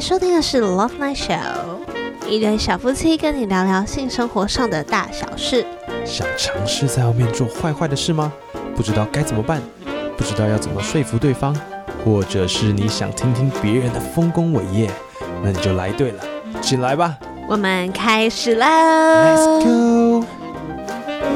收听的是《Love Night Show》，一对小夫妻跟你聊聊性生活上的大小事。想尝试在外面做坏坏的事吗？不知道该怎么办，不知道要怎么说服对方，或者是你想听听别人的丰功伟业，那你就来对了，进来吧我们开始喽，Let's go。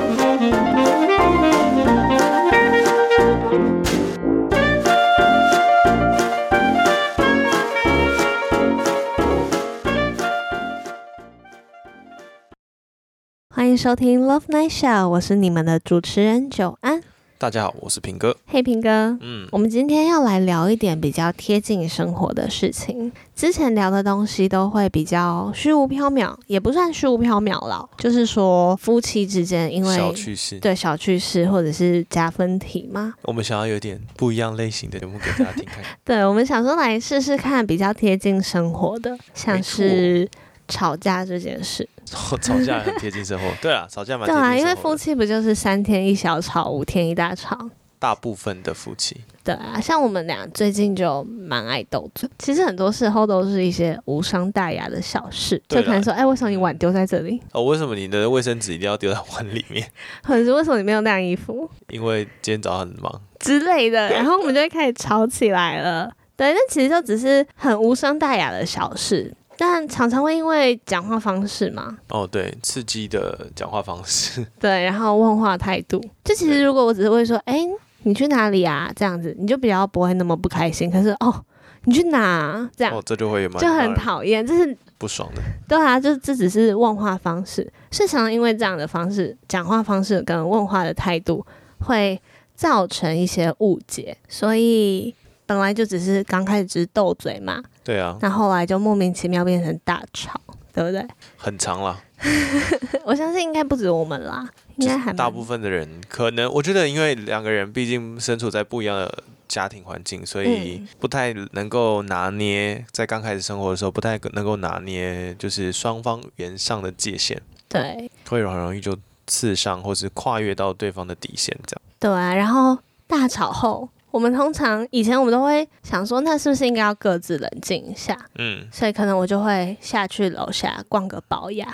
欢迎收听《Love Night Show》，我是你们的主持人九安。大家好，我是平哥。嘿，平哥，嗯，我们今天要来聊一点比较贴近生活的事情。之前聊的东西都会比较虚无缥缈，也不算虚无缥缈啦，就是说夫妻之间因为小趣事，对小趣事或者是加分题嘛。我们想要有点不一样类型的节目给大家听看。 对，我们想说来试试看比较贴近生活的，像是吵架这件事。吵吵架很贴近生活，对啊，吵架蛮对贴近生活啊，的。因为夫妻不就是三天一小吵，五天一大吵。大部分的夫妻，对啊，像我们俩最近就蛮爱斗嘴，其实很多时候都是一些无伤大雅的小事，就对啦嗯可能说，哎，为什么你碗丢在这里，哦，为什么你的卫生纸一定要丢在碗里面？ 或者是为什么你没有晾衣服因为今天早上很忙，之类的，然后我们就会开始吵起来了。对，那其实就只是很无伤大雅的小事，但常常会因为讲话方式嘛，哦，对，刺激的讲话方式，对，然后问话态度，就其实对如果我只是会说，哎、你去哪里啊？这样子，你就比较不会那么不开心。可是哦，你去哪啊、这样、哦，这就会蛮就让很人讨厌，这是不爽的。对啊，就这只是问话方式，是常常因为这样的方式、讲话方式跟问话的态度，会造成一些误解，所以本来就只是刚开始只是斗嘴嘛，对啊，那后来就莫名其妙变成大吵，对不对？ 很长啦，我相信应该不止我们啦，应该还蛮大部分的人可能我觉得，因为两个人毕竟身处在不一样的家庭环境，所以嗯不太能够拿捏，在刚开始生活的时候不太能够拿捏，就是双方语言上的界限，对。会很容易就刺伤或是跨越到对方的底线，这样。对啊，然后大吵后，我们通常以前我们都会想说，那是不是应该要各自冷静一下？，嗯 所以可能我就会下去楼下逛个保养，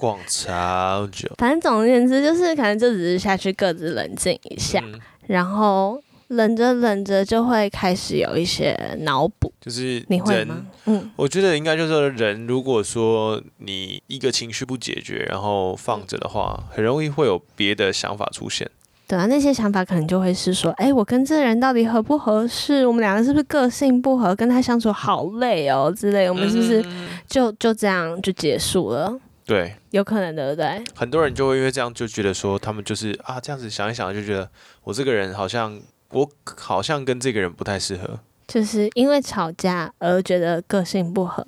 逛超久。反正总而言之，就是可能就只是下去各自冷静一下，嗯然后冷着冷着就会开始有一些脑补。就是你会人吗？嗯，我觉得应该就是说人，如果说你一个情绪不解决，然后放着的话，很容易会有别的想法出现。对啊，那些想法可能就会是说，哎，我跟这个人到底合不合适？我们两个是不是个性不合？跟他相处好累哦之类，我我们是不是嗯就就这样就结束了？对，有可能，对不对？很多人就会因为这样就觉得说，他们就是啊，这样子想一想就觉得我这个人好像我好像跟这个人不太适合。就是因为吵架而觉得个性不合。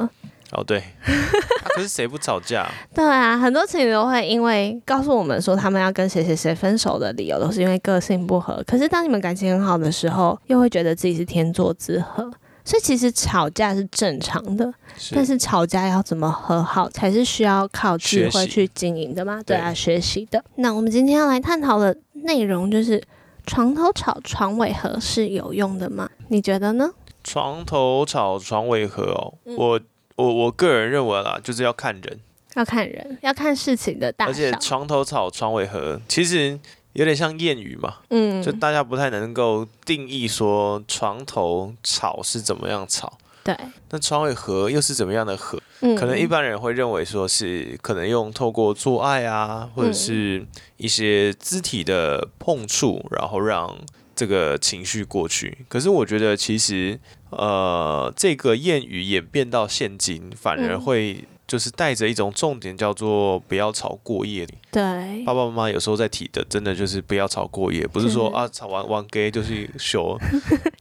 哦， 对，啊可是谁不吵架？对啊，很多情侣都会因为告诉我们说他们要跟谁谁谁分手的理由都是因为个性不合，可是当你们感情很好的时候，又会觉得自己是天作之合。所以其实吵架是正常的，是但是吵架要怎么和好才是需要靠智学慧习去经营的嘛？对啊，对学习的。那我们今天要来探讨的内容就是床头吵，床尾和是有用的吗？你觉得呢？床头吵，床尾和哦。嗯我我我个人认为啦，就是要看人。要看人，要看事情的大而且小。床头吵，床尾和，其实有点像谚语嘛，嗯，就大家不太能够定义说床头吵是怎么样吵，对，那床尾和又是怎么样的和？嗯，可能一般人会认为说是可能用透过做爱啊，或者嗯是一些肢体的碰触，然后让这个情绪过去。可是我觉得其实呃，这个谚语演变到现今，反而嗯会就是带着一种重点叫做不要吵过夜。对爸爸妈妈有时候在提的，真的就是不要吵过夜，不是说嗯啊吵玩玩 gay 就是休，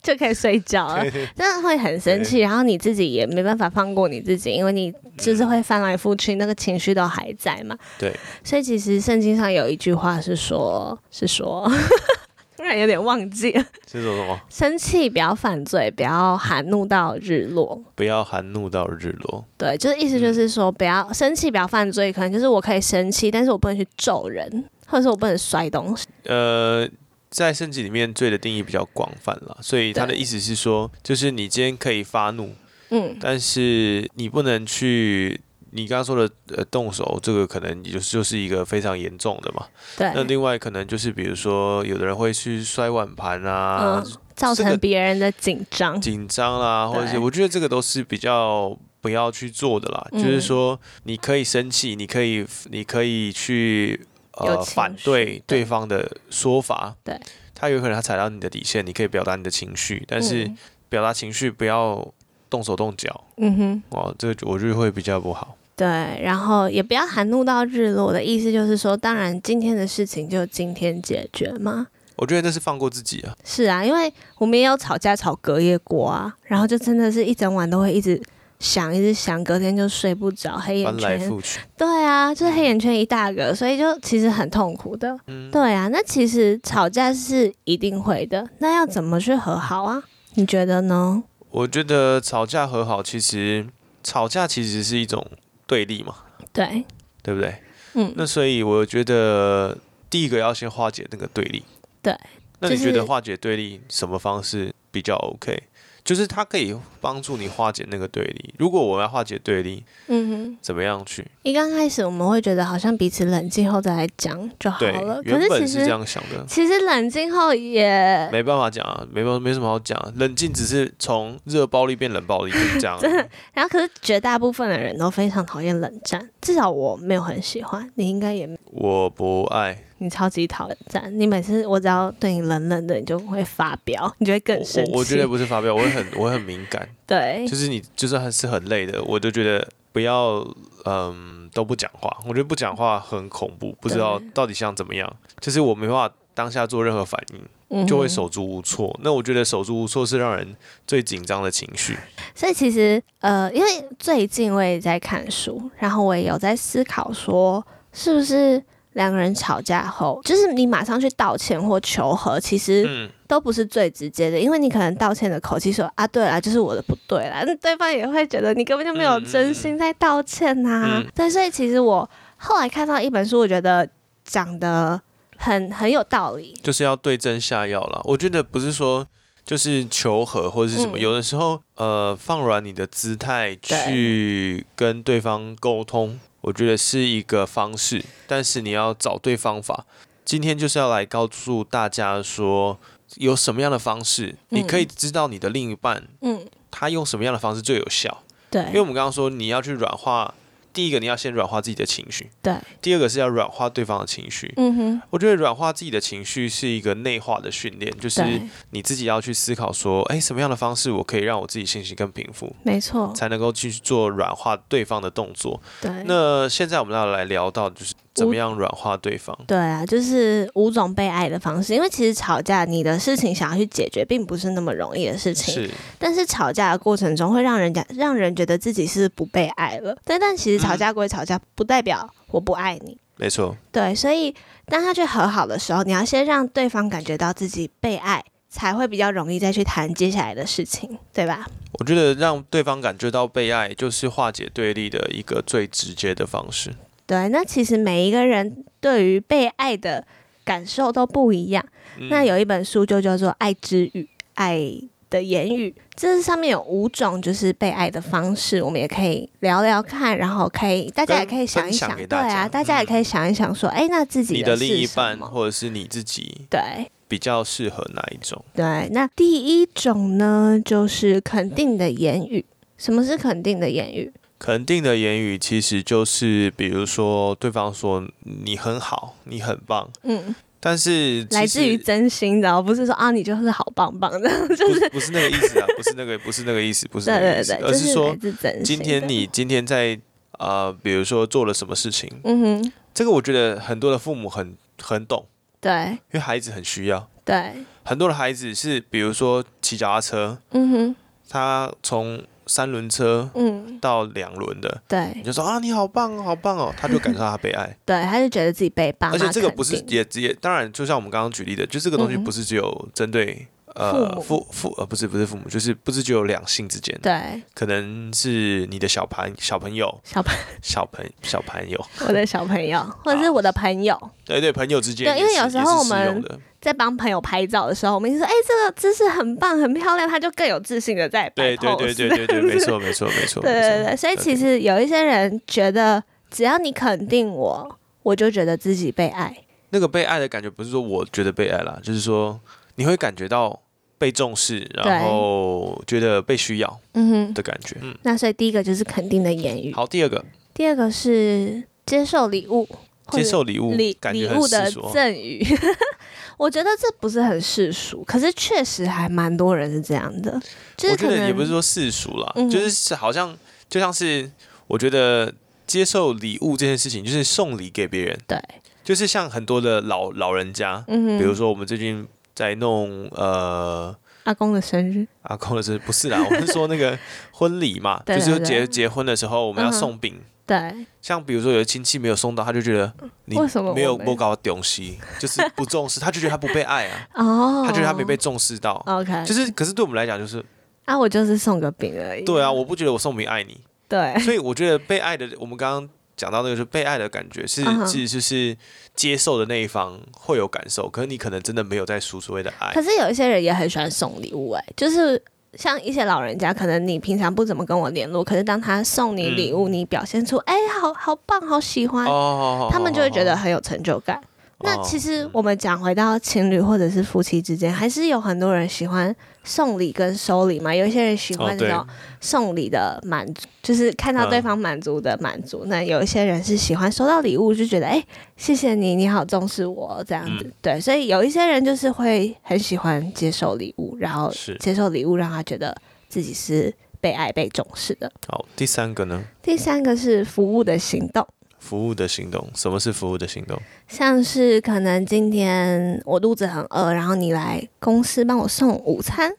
就可以睡觉了， 真的会很生气，然后你自己也没办法放过你自己，因为你就是会翻来覆去，那个情绪都还在嘛。嗯对，所以其实圣经上有一句话是说，是说。 突然有点忘记了， 是说什么？生气不要犯罪，不要含怒到日落。不要含怒到日落。对，就是意思就是嗯说，不要生气，不要犯罪。可能就是我可以生气，但是我不能去揍人，或者是我不能摔东西。呃，在圣经里面，罪的定义比较广泛啦，所以他的对意思是说，就是你今天可以发怒，嗯，但是你不能去你刚刚说的呃动手，这个可能也就是就是一个非常严重的嘛。那对，另外可能就是比如说有的人会去摔碗盘啊，嗯，造这个成别人的紧张， 紧张啦，或者是对我觉得这个都是比较不要去做的啦。嗯就是说，你可以生气，你可以，你可以去有呃情绪反对对对方的说法。对，他有可能他踩到你的底线，你可以表达你的情绪，但是嗯表达情绪不要动手动脚嗯哼，哦，这个我觉得会比较不好。对，然后也不要含怒到日落的意思就是说，当然今天的事情就今天解决嘛。我觉得那是放过自己啊。是啊，因为我们也有吵架吵隔夜过啊，然后就真的是一整晚都会一直想，一直想，隔天就睡不着，黑眼翻来圈。覆去，对啊，就是黑眼圈一大个，所以就其实很痛苦的。嗯，对啊，那其实吵架是一定会的，那要怎么去和好啊？你觉得呢？我觉得吵架和好，其实吵架其实是一种对立嘛，对，对不对？嗯，那所以我觉得第一个要先化解那个对立。对。那你觉就得是化解对立什么方式比较 OK？就是它可以帮助你化解那个对立。如果我要化解对立，嗯哼。怎么样去？一刚开始我们会觉得好像彼此冷静后再来讲就好对了，，可原是本其是这实样想的，其实冷静后也。没办法讲啊，没办法，没什么好讲啊、冷静只是从热暴力变冷暴力，就是这样 然后可是绝大部分的人都非常讨厌冷战，至少我没有很喜欢，你应该也没我不爱，你超级讨厌战，你每次我只要对你冷冷的，你就会发飙，你就会我更生气。我我觉得不是发飙，我会很我会很敏感， 对就是你就算还是很累的，我都觉得不要，嗯，都不讲话。我觉得不讲话很恐怖，不知道到底想怎么样。就是我没办法当下做任何反应，嗯哼就会手足无措。那我觉得手足无措是让人最紧张的情绪。所以其实呃，因为最近我也在看书，然后我也有在思考说，是不是两个人吵架后，就是你马上去道歉或求和，其实嗯，都不是最直接的，因为你可能道歉的口气说啊，对啦，就是我的不对啦， 那对方也会觉得你根本就没有真心在道歉呐、嗯嗯嗯嗯对，所以其实我后来看到一本书，我觉得讲的很很有道理。就是要对症下药啦。我觉得不是说就是求和或者是什么，嗯有的时候呃放软你的姿态对去跟对方沟通，我觉得是一个方式，但是你要找对方法。今天就是要来告诉大家说，有什么样的方式，你可以知道你的另一半嗯，他用什么样的方式最有效。因为对我们刚刚说你要去软化，第一个你要先软化自己的情绪，对，第二个是要软化对方的情绪。嗯哼，我觉得软化自己的情绪是一个内化的训练，就是对，你自己要去思考说，哎，什么样的方式我可以让我自己信心更平复，没错，才能够去做软化对方的动作。对。那现在我们要来聊到就是怎么样软化对方。对啊，就是五种被爱的方式，因为其实吵架，你的事情想要去解决，并不是那么容易的事情。是，但是吵架的过程中会让人家让人觉得自己是不被爱了，但但其实吵架归吵架，不代表我不爱你。没错，对，所以当他去和好的时候，你要先让对方感觉到自己被爱，才会比较容易再去谈接下来的事情，对吧？我觉得让对方感觉到被爱，就是化解对立的一个最直接的方式。对，那其实每一个人对于被爱的感受都不一样。嗯那有一本书就叫做《爱之语》，爱的言语，这上面有五种就是被爱的方式，我们也可以聊聊看，然后可以大家也可以想一分享想，给对大家嗯啊，大家也可以想一想说，哎、那自己你的是另一什半么或者是你自己对比较适合哪一种？对，那第一种呢，就是肯定的言语。什么是肯定的言语？肯定的言语其实就是，比如说对方说你很好，你很棒，嗯，但是其来自于实真心的、哦，不是说啊你就是好棒棒的， 不是不是那个意思啊，不是那个不是那个意思，不是对那个对意 思，对，而就是来说自真心的。今天你今天在呃，比如说做了什么事情，嗯哼，这个我觉得很多的父母很很懂，对因为孩子很需要，对，很多的孩子是比如说骑脚踏车，嗯哼，他从三轮车嗯，到两轮的。对你就说啊，你好棒哦，好棒哦，他就感受到他被爱，对，他就觉得自己被爸妈而且这个肯不是定也也当然，就像我们刚刚举例的，就这个东西嗯不是只有针对、呃母父父呃不是不是父母，就是不是只有两性之间，对，可能是你的小朋小朋友小朋小朋小朋友，我的小朋友，或者是我的朋友，对对，朋友之间对也因为是有时也是候我适用们的在帮朋友拍照的时候，我们一直说，哎、这个姿势很棒，很漂亮，他就更有自信的在摆对 pose。对对对对对，没错没错没 错，对没错对对，所以其实有一些人觉得，只要你肯定我，我就觉得自己被爱。那个被爱的感觉，不是说我觉得被爱啦，就是说你会感觉到被重视，然后觉得被需要嗯哼，的感觉。嗯，那所以第一个就是肯定的言语，好，第二个第二个是接受礼物，或接者受礼物，礼感礼觉很物世的俗哦。赠予。 我觉得这不是很世俗，可是确实还蛮多人是这样的，就是我觉可能得也不是说世俗啦，嗯就是是好像就像是我觉得接受礼物这件事情，就是送礼给别人，对，就是像很多的老老人家，嗯哼，比如说我们最近在弄呃。阿公的生日，阿公的是不是啦？我是说那个 婚礼嘛，对就对是对结结婚的时候我们要嗯哼送饼，对，像比如说有的亲戚没有送到，他就觉得你为什么我没有没不搞东西，就是不重视，他就觉得他不被爱 啊，哦，他觉得他没被重视到。 OK，就是，可是对我们来讲，就是啊，我就是送个饼而已，对啊，我不觉得我送饼爱你，对， 所以我觉得被爱的，我们刚刚讲到那个，就是被爱的感觉是嗯哼是就是接受的那一方会有感受，可是你可能真的没有在输所谓的爱可，是有一些人也很喜欢送礼物、欸，就是像一些老人家，可能你平常不怎么跟我联络，可是当他送你礼嗯物，你表现出哎、好好棒，好喜欢，哦，他们就会觉得哦，很有成就感。那其实嗯我们讲回到情侣或者是夫妻之间，还是有很多人喜欢送礼跟收礼嘛。有一些人喜哦欢那对种送礼的满足，就是看到对嗯方满足的满足。那有一些人是喜欢收到礼物，就觉得哎、谢谢你，你好重视我这样子。嗯对，所以有一些人就是会很喜欢接受礼物，然后哦是接受礼物让他觉得自己是被爱、被重视的。好。第三个呢，第三个是服务的行动。服务的行动，什么是服务的行动？像是可能今天我肚子很饿，然后你来公司帮我送午餐，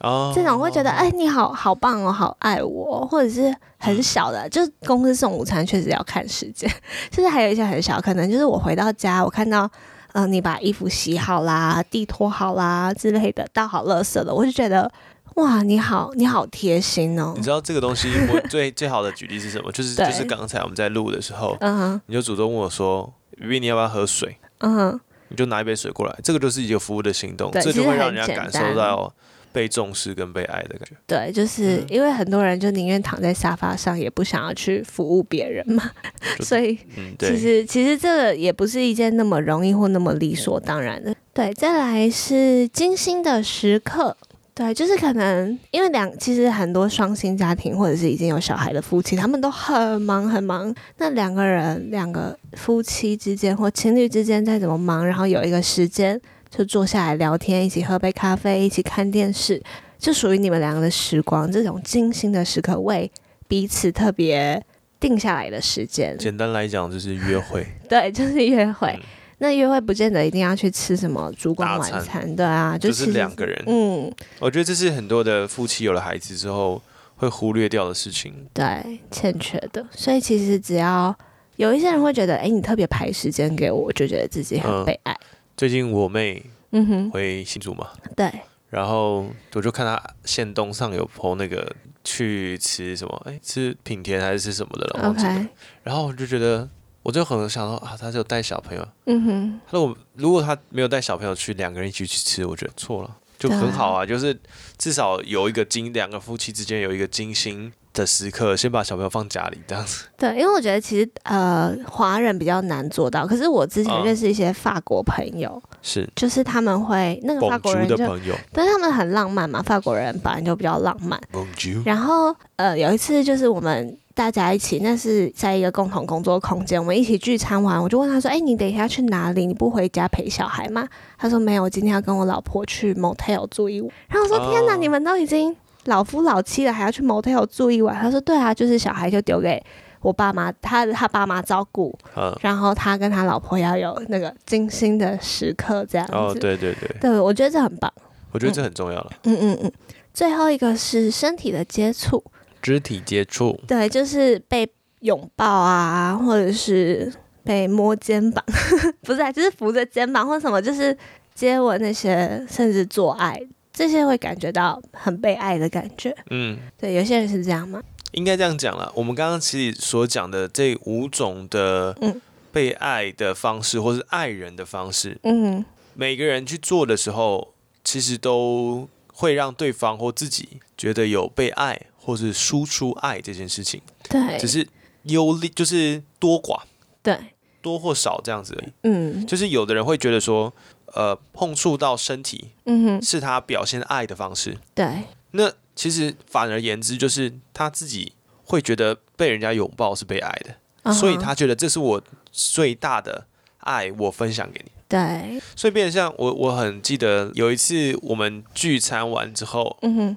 哦，这种会觉得哎、你好好棒哦，好爱我哦，或者是很小的，就是公司送午餐确实要看时间， 就是还有一些很小，可能就是我回到家，我看到嗯、呃你把衣服洗好啦，地拖好啦之类的，倒好垃圾了，我就觉得哇，你好你好贴心哦你，知道这个东西，我最最好的举例是什么？就 是对就是刚才我们在录的时候，嗯哼你就主动问我说：“鱼斌，你要不要喝水嗯哼，？”你就拿一杯水过来，这个就是一个服务的行动，对这其就实会让很人家简感受单到被重视跟被爱的感觉。对，就是因为很多人就宁愿躺在沙发上，也不想要去服务别人嘛，就所以。嗯，其对，实其实这个也不是一件那么容易或那么理所当然的。对，再来是精心的时刻。对，就是可能因为两，其实很多双薪家庭或者是已经有小孩的夫妻，他们都很忙很忙。那两个人，两个夫妻之间或情侣之间再怎么忙，然后有一个时间就坐下来聊天，一起喝杯咖啡，一起看电视，就属于你们两个的时光。这种精心的时刻，为彼此特别定下来的时间，简单来讲就是约 会，对，就是约会。嗯那约会不见得一定要去吃什么烛光大晚餐餐，对啊，就其是实两个人。嗯，我觉得这是很多的夫妻有了孩子之后会忽略掉的事情。对，欠缺的。所以其实只要有一些人会觉得，哎、你特别排时间给我，我就觉得自己嗯很被爱。最近我妹嗯哼，回新竹嘛，对，然后我就看她线动上有 PO 那个去吃什么，哎，吃品田还是吃什么的了，忘记了。 OK，然后我就觉得，我就很想说啊，他是有带小朋友。嗯哼，他如果如果他没有带小朋友去，两个人一起去吃，我觉得错了，就对啊很好啊，就是至少有一个精，两个夫妻之间有一个精心的时刻，先把小朋友放家里这样子。对，因为我觉得其实呃，华人比较难做到，可是我之前嗯认识一些法国朋友，是，就是他们会那个法国拱猪人的就，朋友，但是他们很浪漫嘛，法国人本来就比较浪漫。拱猪，然后呃，有一次就是我们大家一起，那是在一个共同工作空间，我们一起聚餐完，我就问他说：“哎、你等一下去哪里？你不回家陪小孩吗？”他说：“没有，我今天要跟我老婆去 motel 住一晚。”然后我说：“哦天哪，你们都已经老夫老妻了，还要去 motel 住一晚？”他说：“对啊，就是小孩就丢给。”我爸妈，他他爸妈照顾，嗯，然后他跟他老婆要有那个精心的时刻，这样子。哦，对对对，对，我觉得这很棒。我觉得这很重要了，嗯嗯嗯。最后一个是身体的接触，肢体接触，对，就是被拥抱啊，或者是被摸肩膀， 不是、啊，就是扶着肩膀或什么，就是接吻那些，甚至做爱这些会感觉到很被爱的感觉。嗯，对，有些人是这样嘛，应该这样讲啦。我们刚刚其实所讲的这五种的嗯被爱的方式，或是爱人的方式，嗯每个人去做的时候，其实都会让对方或自己觉得有被爱，或是输出爱这件事情，对，只是优劣就是多寡、对，多或少这样子而已。嗯就是有的人会觉得说，呃，碰触到身体嗯哼，是他表现爱的方式。对，那其实反而言之，就是他自己会觉得被人家拥抱是被爱的，所以嗯哼他觉得这是我最大的爱，我分享给你。对，所以变得像我，我很记得有一次我们聚餐完之后，嗯哼，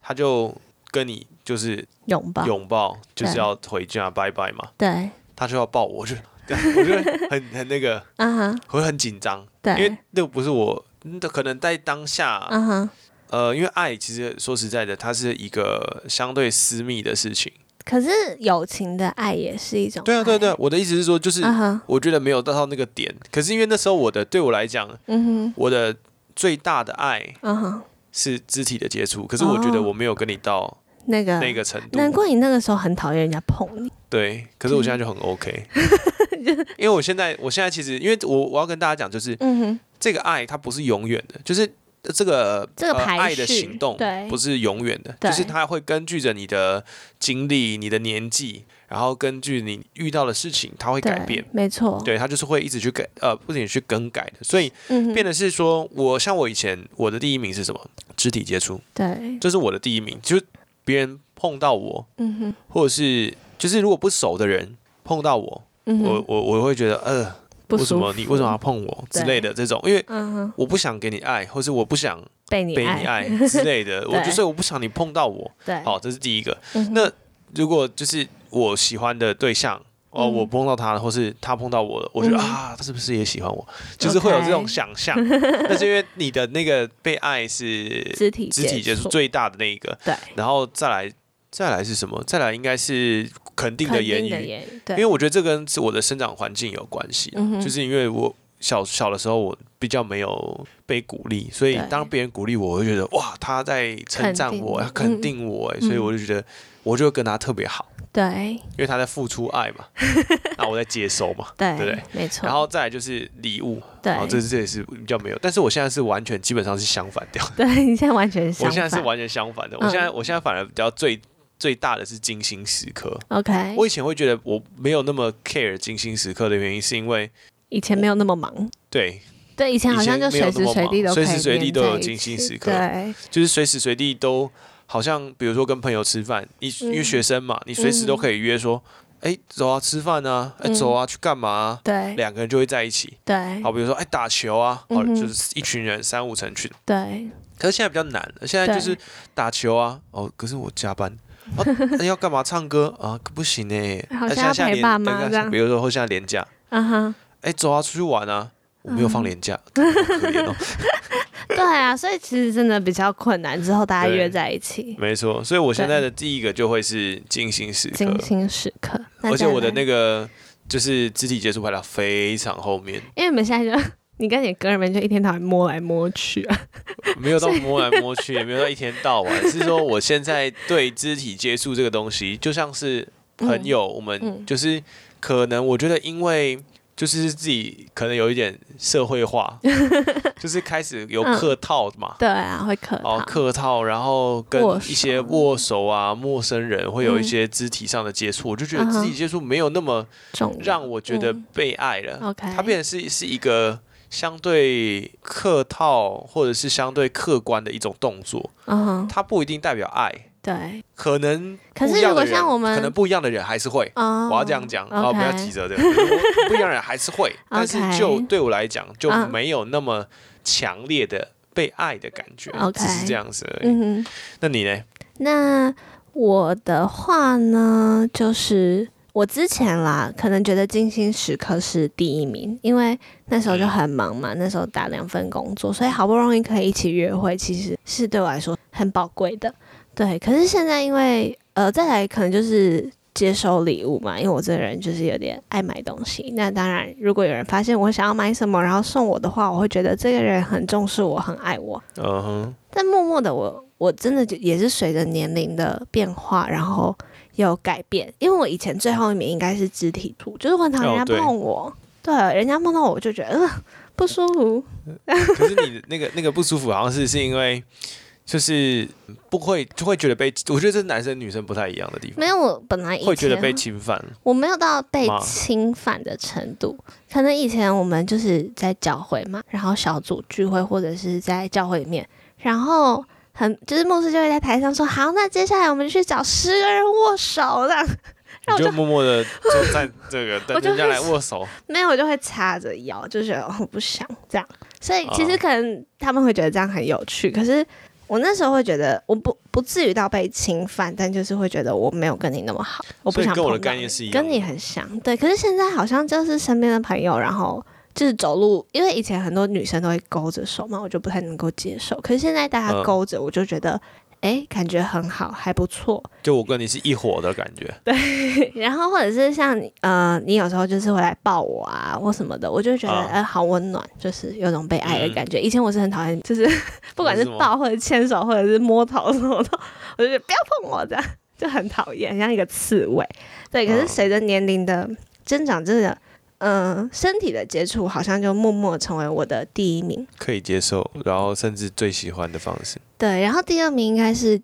他就跟你就是拥抱，拥抱，就是对要回家拜拜嘛，对，他就要抱我，我就我就很很那个，啊哈，会很紧张，因为对，那个不是我，嗯可能在当下，啊哈，呃，因为爱其实说实在的，它是一个相对私密的事情。可是友情的爱也是一种，对啊，对啊对啊，，我的意思是说，就是啊哈，我觉得没有到那个点，可是因为那时候我的对我来讲，嗯我的最大的爱哼，啊哈，是肢体的接触，可是我觉得哦我没有跟你到那个那个程度。难怪你那个时候很讨厌人家碰你，对，可是我现在 就很 OK，因为我现在我现在其实因为我我要跟大家讲，就是嗯哼，这个爱它不是永远的，就是这个这个呃排爱的序行动对不是永远的，对就是它会根据着你的经历、你的年纪，然后根据你遇到的事情，它会对，改变。没错，，对，它就是会一直去改，呃，不仅去更改的，所以嗯哼，变得是说，我像我以前我的第一名是什么？肢体接触，对，这是我的第一名，就是别人碰到我，嗯哼，或者是就是如果不熟的人碰到我，嗯哼，我我我会觉得，呃，不为什舒么服你为什么要碰我之类的这种，因为嗯哼，我不想给你爱，或是我不想被你被你爱 之类 的，我就对所以我不想你碰到我。对，好，这是第一个。嗯哼那如果就是我喜欢的对象。哦，嗯我碰到他了，或是他碰到我了，我觉得、嗯啊，他是不是也喜 欢我？就是会有这种 OK 想象， 但是因为你的那个被爱是肢体肢体接触触，最大的那一个，对，然后再来再来是什么？再来应该是肯定的肯言定语，的言语，对，因为我觉得这跟是我的生长环境有关系啊、嗯哼就是因为我小小的时候我比较没有被鼓励，所以对当别人鼓励我，我就觉得哇，他在称赞我，他肯肯定定我、哎、嗯所以我就觉得我就跟他特别好，对因为他在付出爱 嘛，那我在接收嘛，对对不对？没错，然后再来就是礼物，对然后这这也是比较没有，但是我现在是完全基本上是相反掉， 对你现在完全相我反，现在是完全相反的，嗯我现在我现在反而比较最最大的是精心时刻。 OK，我以前会觉得我没有那么 care 精心时刻的原因，是因为以前没有那么忙，对，对，以前好像就随时随地都可以前没有那以么忙随时随地都有连在一精起心时刻对就是随时随地都好像，比如说跟朋友吃饭，你因嗯为学生嘛，你随时都可以约说，哎、走啊，吃饭啊，哎、嗯走啊，去干嘛、啊？对两个人就会在一起。对好，比如说，哎、打球啊，好，嗯哼就是一群人三五成群。对可是现在比较难了，现在对就是打球啊，哦，可是我加班。 啊，那要干嘛？唱歌啊？不行呢、好啊像现在要现在陪连爸妈对这样比如说，或现在廉价，啊哈，哎、走啊，出去玩啊！嗯我没有放年假，好可 怜哦。对啊，所以其实真的比较困难，之后大家对约在一起，没错，所以我现在的第一个就会是精心时刻，精心时刻，那而且再我的来那个就是肢体接触排到非常后面，因为你们现在就你跟你哥们就一天到晚摸来摸去啊，没有到摸来摸去，也没有到一天到晚，是说我现在对肢体接触这个东西，就像是朋友，我们嗯就是可能我觉得因为。就是自己可能有一点社会 化，就是开始有嗯客套嘛，对啊，会客哦套，，客套，然后跟握一些手握手啊，陌生人会有一嗯些肢体上的接触，我就觉得嗯肢哼体接触没有那么重让我觉得嗯被爱了， OK，它变成是是一个相对客套或者是相对客观的一种动作，嗯哼，它不一定代表爱，对，可能可是不一样的如果像人我们可能不一样的人还是会。哦，我要这样讲啊、哦不要急着，着这样，我不一样的人还是会， 但是就 OK 对我来讲就嗯没有那么强烈的被爱的感觉 OK 只是这样子而已。嗯哼，那你呢？那我的话呢，就是。我之前啦，可能觉得精心时刻是第一名，因为那时候就很忙嘛，那时候打两份工作，所以好不容易可以一起约会，其实是对我来说很宝贵的。对，可是现在因为呃，再来可能就是接收礼物嘛，因为我这个人就是有点爱买东西。那当然，如果有人发现我想要买什么，然后送我的话，我会觉得这个人很重视我，很爱我。嗯哼，但默默的我，我真的就也是随着年龄的变化，然后有改变。因为我以前最后一名应该是肢体图，就是很讨厌人哦家对碰我，对，人家碰到我我就觉得、呃、不舒服。可是你那个那个不舒服，好像是是因为就是不会就会觉得被，我觉得这是男生女生不太一样的地方没，有，我本来以前会觉得被侵犯了。我没有到被吗侵犯的程度，可能以前我们就是在教会嘛，然后小组聚会或者是在教会里面，然后很就是牧师就会在台上说：“好，那接下来我们去找十个人握手。”这样，你就默默的就在这个等我就人家来会握手，没有我就会叉着腰，就觉得哦我不想这样。所以其实哦可能他们会觉得这样很有趣，可是我那时候会觉得我不不至于到被侵犯，但就是会觉得我没有跟你那么好，我不所以想跟我的碰到概你念是一样跟你的很像，对。可是现在好像就是身边的朋友，然后就是走路，因为以前很多女生都会勾着手嘛，我就不太能够接受。可是现在大家嗯勾着，我就觉得。哎，感觉很好，还不错。就我跟你是一伙的感觉。然后或者是像你，呃，你有时候就是会来抱我啊，或什么的，我就觉得，啊嗯呃，好温暖，就是有种被爱的感觉。以前我是很讨厌，就是 不管是为什么抱或者牵手或者是摸头什么的，我就觉得不要碰我，这样就很讨厌，像一个刺猬。对，可是嗯随着年龄的增长，真的，嗯、身体的接触好像就默默成为我的第一名。可以接受，然后甚至最喜欢的方式。对，然后第二名应该是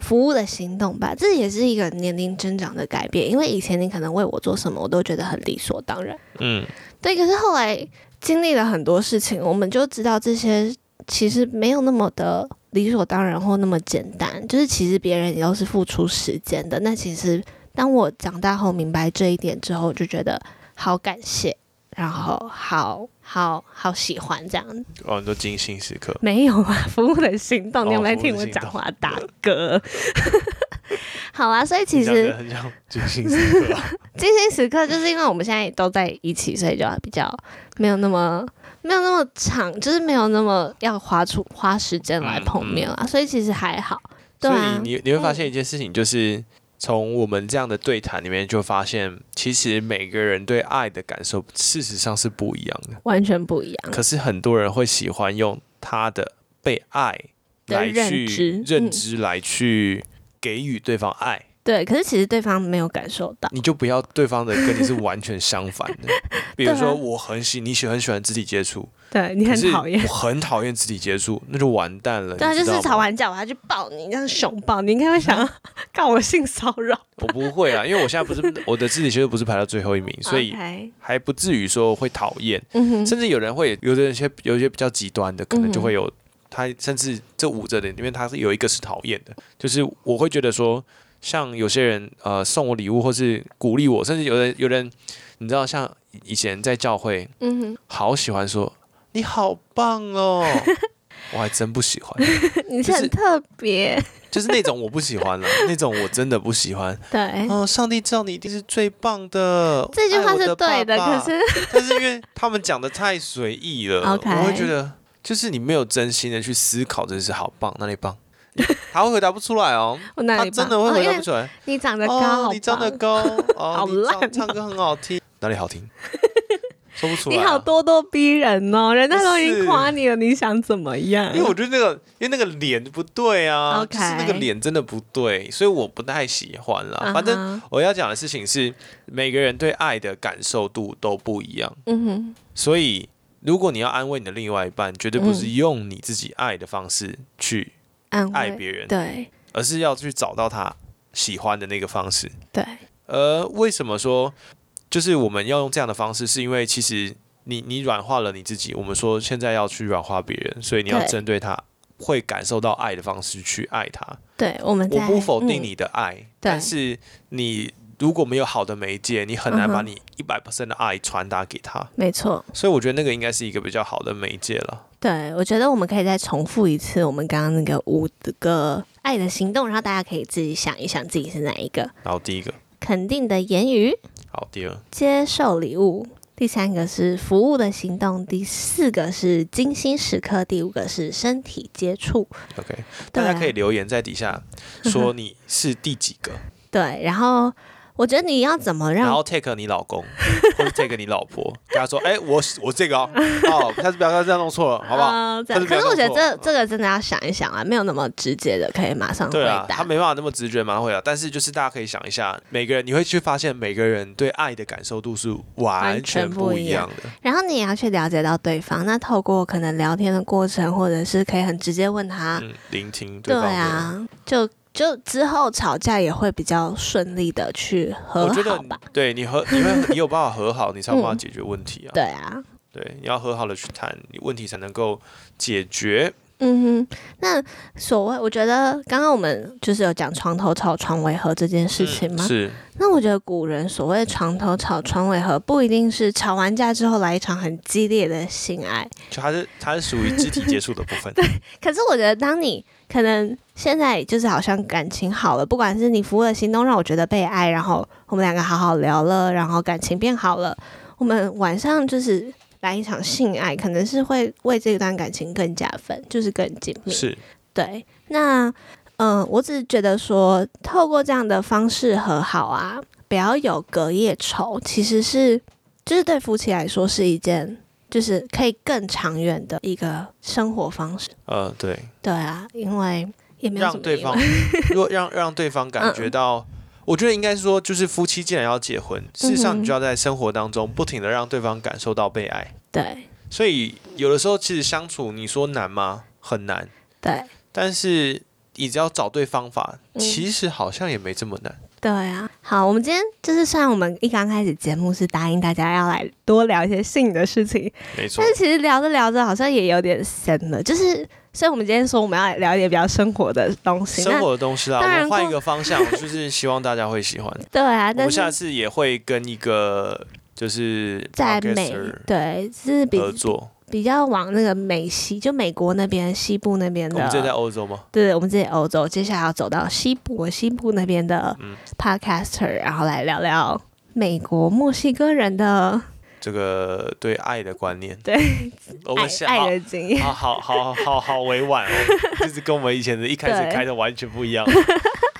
服务的行动吧，这也是一个年龄增长的改变，因为以前你可能为我做什么，我都觉得很理所当然。嗯，对，可是后来经历了很多事情，我们就知道这些其实没有那么的理所当然或那么简单，就是其实别人也都是付出时间的。那其实当我长大后明白这一点之后，我就觉得好感谢，然后好好好喜欢这样。哦，你说精心时刻，没有啊， 服务的行动，哦你有没有服务的听我行讲动话，大哥？ 好啊，所以其你讲得实很像精 心时刻、啊。精心时刻就是因为我们现在都在一起，所以就比较没有那么没有那么长，就是没有那么要花出花时间来嗯碰面啦，所以其实还好。对所啊以，你你会发现一件事情，就是从我们这样的对谈里面就发现，其实每个人对爱的感受事实上是不一样的。完全不一样。可是很多人会喜欢用他的被爱的来认知去嗯认知来去给予对方爱，对，可是其实对方没有感受到。你就不要对方的跟你是完全相反 的。比如对啊说，我很喜你喜很喜欢肢体接触，对你可很是讨厌我。很讨厌肢体接触，那就完蛋了。对啊，你就知道是吗嗯吵完架我还去抱你，这样熊抱你，应该会想要 告我性骚扰。我不会啊，因为我现在不是我的肢体接触不是排到最后一 名，所以 OK，还不至于说会讨厌。嗯哼，甚至有人会，有的人些有一些比较极端的，可能嗯就会有他，甚至这五者里面，他是有一个是讨厌的，就是我会觉得说，像有些人呃送我礼物或是鼓励我，甚至有人有人你知道，像以前在教会嗯哼。好喜欢说你好棒 哦，我还真不喜欢，你是很特哦别，就是那种我不喜 欢了，那种我真的不喜欢。对，哦，上帝知道你一定是最棒的。嗯这句话爱我是的对爸爸可是 但是因为他们讲的太随意了 OK 我会觉得就是你没有真心的去思考，真是好棒，哪里棒？他会回答不出来 哦，我哪他里真棒的会哦回因答为不出来。你长得高，哦好，你长得棒 高，好哦，你烂哦唱唱歌很好听，哪里 好听？说不出来、啊你好，咄咄逼人哦，人家都已经夸你了，你想怎么样？因为我觉得那个，因为那个脸不对啊 OK 就是那个脸真的不对，所以我不太喜欢啦。反正嗯哼我要讲的事情是，每个人对爱的感受度都不一样，嗯哼，所以如果你要安慰你的另外一半，绝对不是嗯用你自己爱的方式去安慰爱别人，嗯对而是要去找到他喜欢的那个方式。对，呃，为什么说就是我们要用这样的方式？是因为其实你你软化了你自己，我们说现在要去软化别人，所以你要对针对他会感受到爱的方式去爱他。对，我们我在不否定嗯你的爱，但是你如果没有好的媒介，你很难把嗯哼你一百 percent 的爱传达给他。没错，所以我觉得那个应该是一个比较好的媒介了。对我觉得我们可以再重复一次我们刚刚那个五个爱的行动，然后大家可以自己想一想自己是哪一个。然后第一个，肯定的言语，好，第二，接受礼物。第三个是服务的行动，第四个是精心时刻，第五个是身体接触。 OK，对大啊 家可以留言在底下说你是第几个。对，然后我觉得你要怎么然让后 take 你老公， 或者 take 你老婆，跟他说，哎、我我这 个哦，哦，下次不要再这样弄错了，好不好？呃这下样次不可要是我觉弄得错这这个真的要想一想啊，没有那么直接的可以马上回对啊，答。他没办法那么直觉马上回答，但是就是大家可以想一下，每个人你会去发现，每个人对爱的感受度是完全不一样的。然后你也要去了解到对方，那透过可能聊天的过程，或者是可以很直接问他，嗯，聆听对啊对方的。啊，就就之后吵架也会比较顺利的去和我觉得好吧。对你和你会你有办法和好，你才有办法嗯解决问题啊。对啊，对，你要和好的去谈，你问题才能够解决。嗯哼，那所谓我觉得刚刚我们就是有讲床头吵床尾和这件事情嗯吗？是，那我觉得古人所谓床头吵床尾和，不一定是吵完架之后来一场很激烈的性爱，就它是它是属于肢体接触的部 分。可是我觉得，当你可能现在就是好像感情好了，不管是你服务的行动让我觉得被爱，然后我们两个好好聊了，然后感情变好了，我们晚上就是来一场性爱，可能是会为这段感情更加分，就是更紧密。是，对，那嗯、呃我只是觉得说，透过这样的方式和好啊，不要有隔夜仇，其实是就是对夫妻来说是一件。就是可以更长远的一个生活方式。呃，对，对啊，因为也没有什让么对意方外嗯如果让让对方感觉到，我觉得应该说，就是夫妻既然要结婚，事实上嗯哼你就要在生活当中不停的让对方感受到被爱。对所以有的时候其实相处，你说难吗？很难，对但是你只要找对方法，嗯其实好像也没这么难。对啊。好，我们今天就是虽然我们一刚开始节目是答应大家要来多聊一些性的事情，没错但是其实聊着聊着好像也有点深了，就是所以我们今天说我们要聊一点比较生活的东西。生活的东西啦，我当然们换过一个方向，就是希望大家会喜欢。那对啊，我但们下是次也会跟一个就是在 podcaster 美对是比合作。比较往那个美西，就美国那边西部那边我们的这在欧洲吗？对，我们自己欧洲，接下来要走到西部西部那边的嗯 podcaster，、然后来聊聊美国墨西哥人的这个对爱的观念，对我爱们下爱的经 验。好好好好好委婉哦，就是跟我们以前的一开对始开的完全不 一样。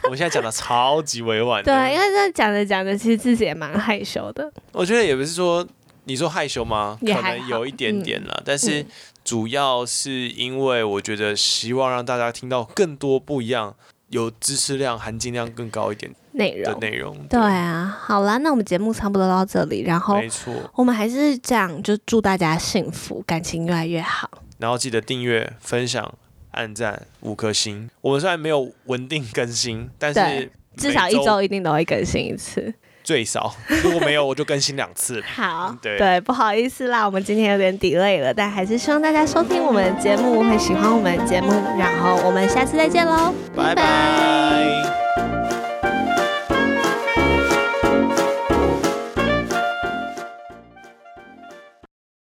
我们现在讲的超级委婉的，对，啊因为这讲着讲着，其实自己也蛮害羞的。我觉得也不是说你说害羞吗？也可还能好有一点点啦，但是嗯主要是因为我觉得希望让大家听到更多不一样、有知识量、含金量更高一点内的容。内容。对啊，好啦，那我们节目差不多到这里，然后没错。我们还是这样，就祝大家幸福，感情越来越好。然后记得订阅、分享、按赞五颗星。我们虽然没有稳定更新，但是对至少一每周一定都会更新一次。最少，如果没有我就更新两 次。好，嗯对不好意思啦，我们今天有点 delay 了，但还是希望大家收听我们的节目，会喜欢我们的节目，然后我们下次再见喽，拜拜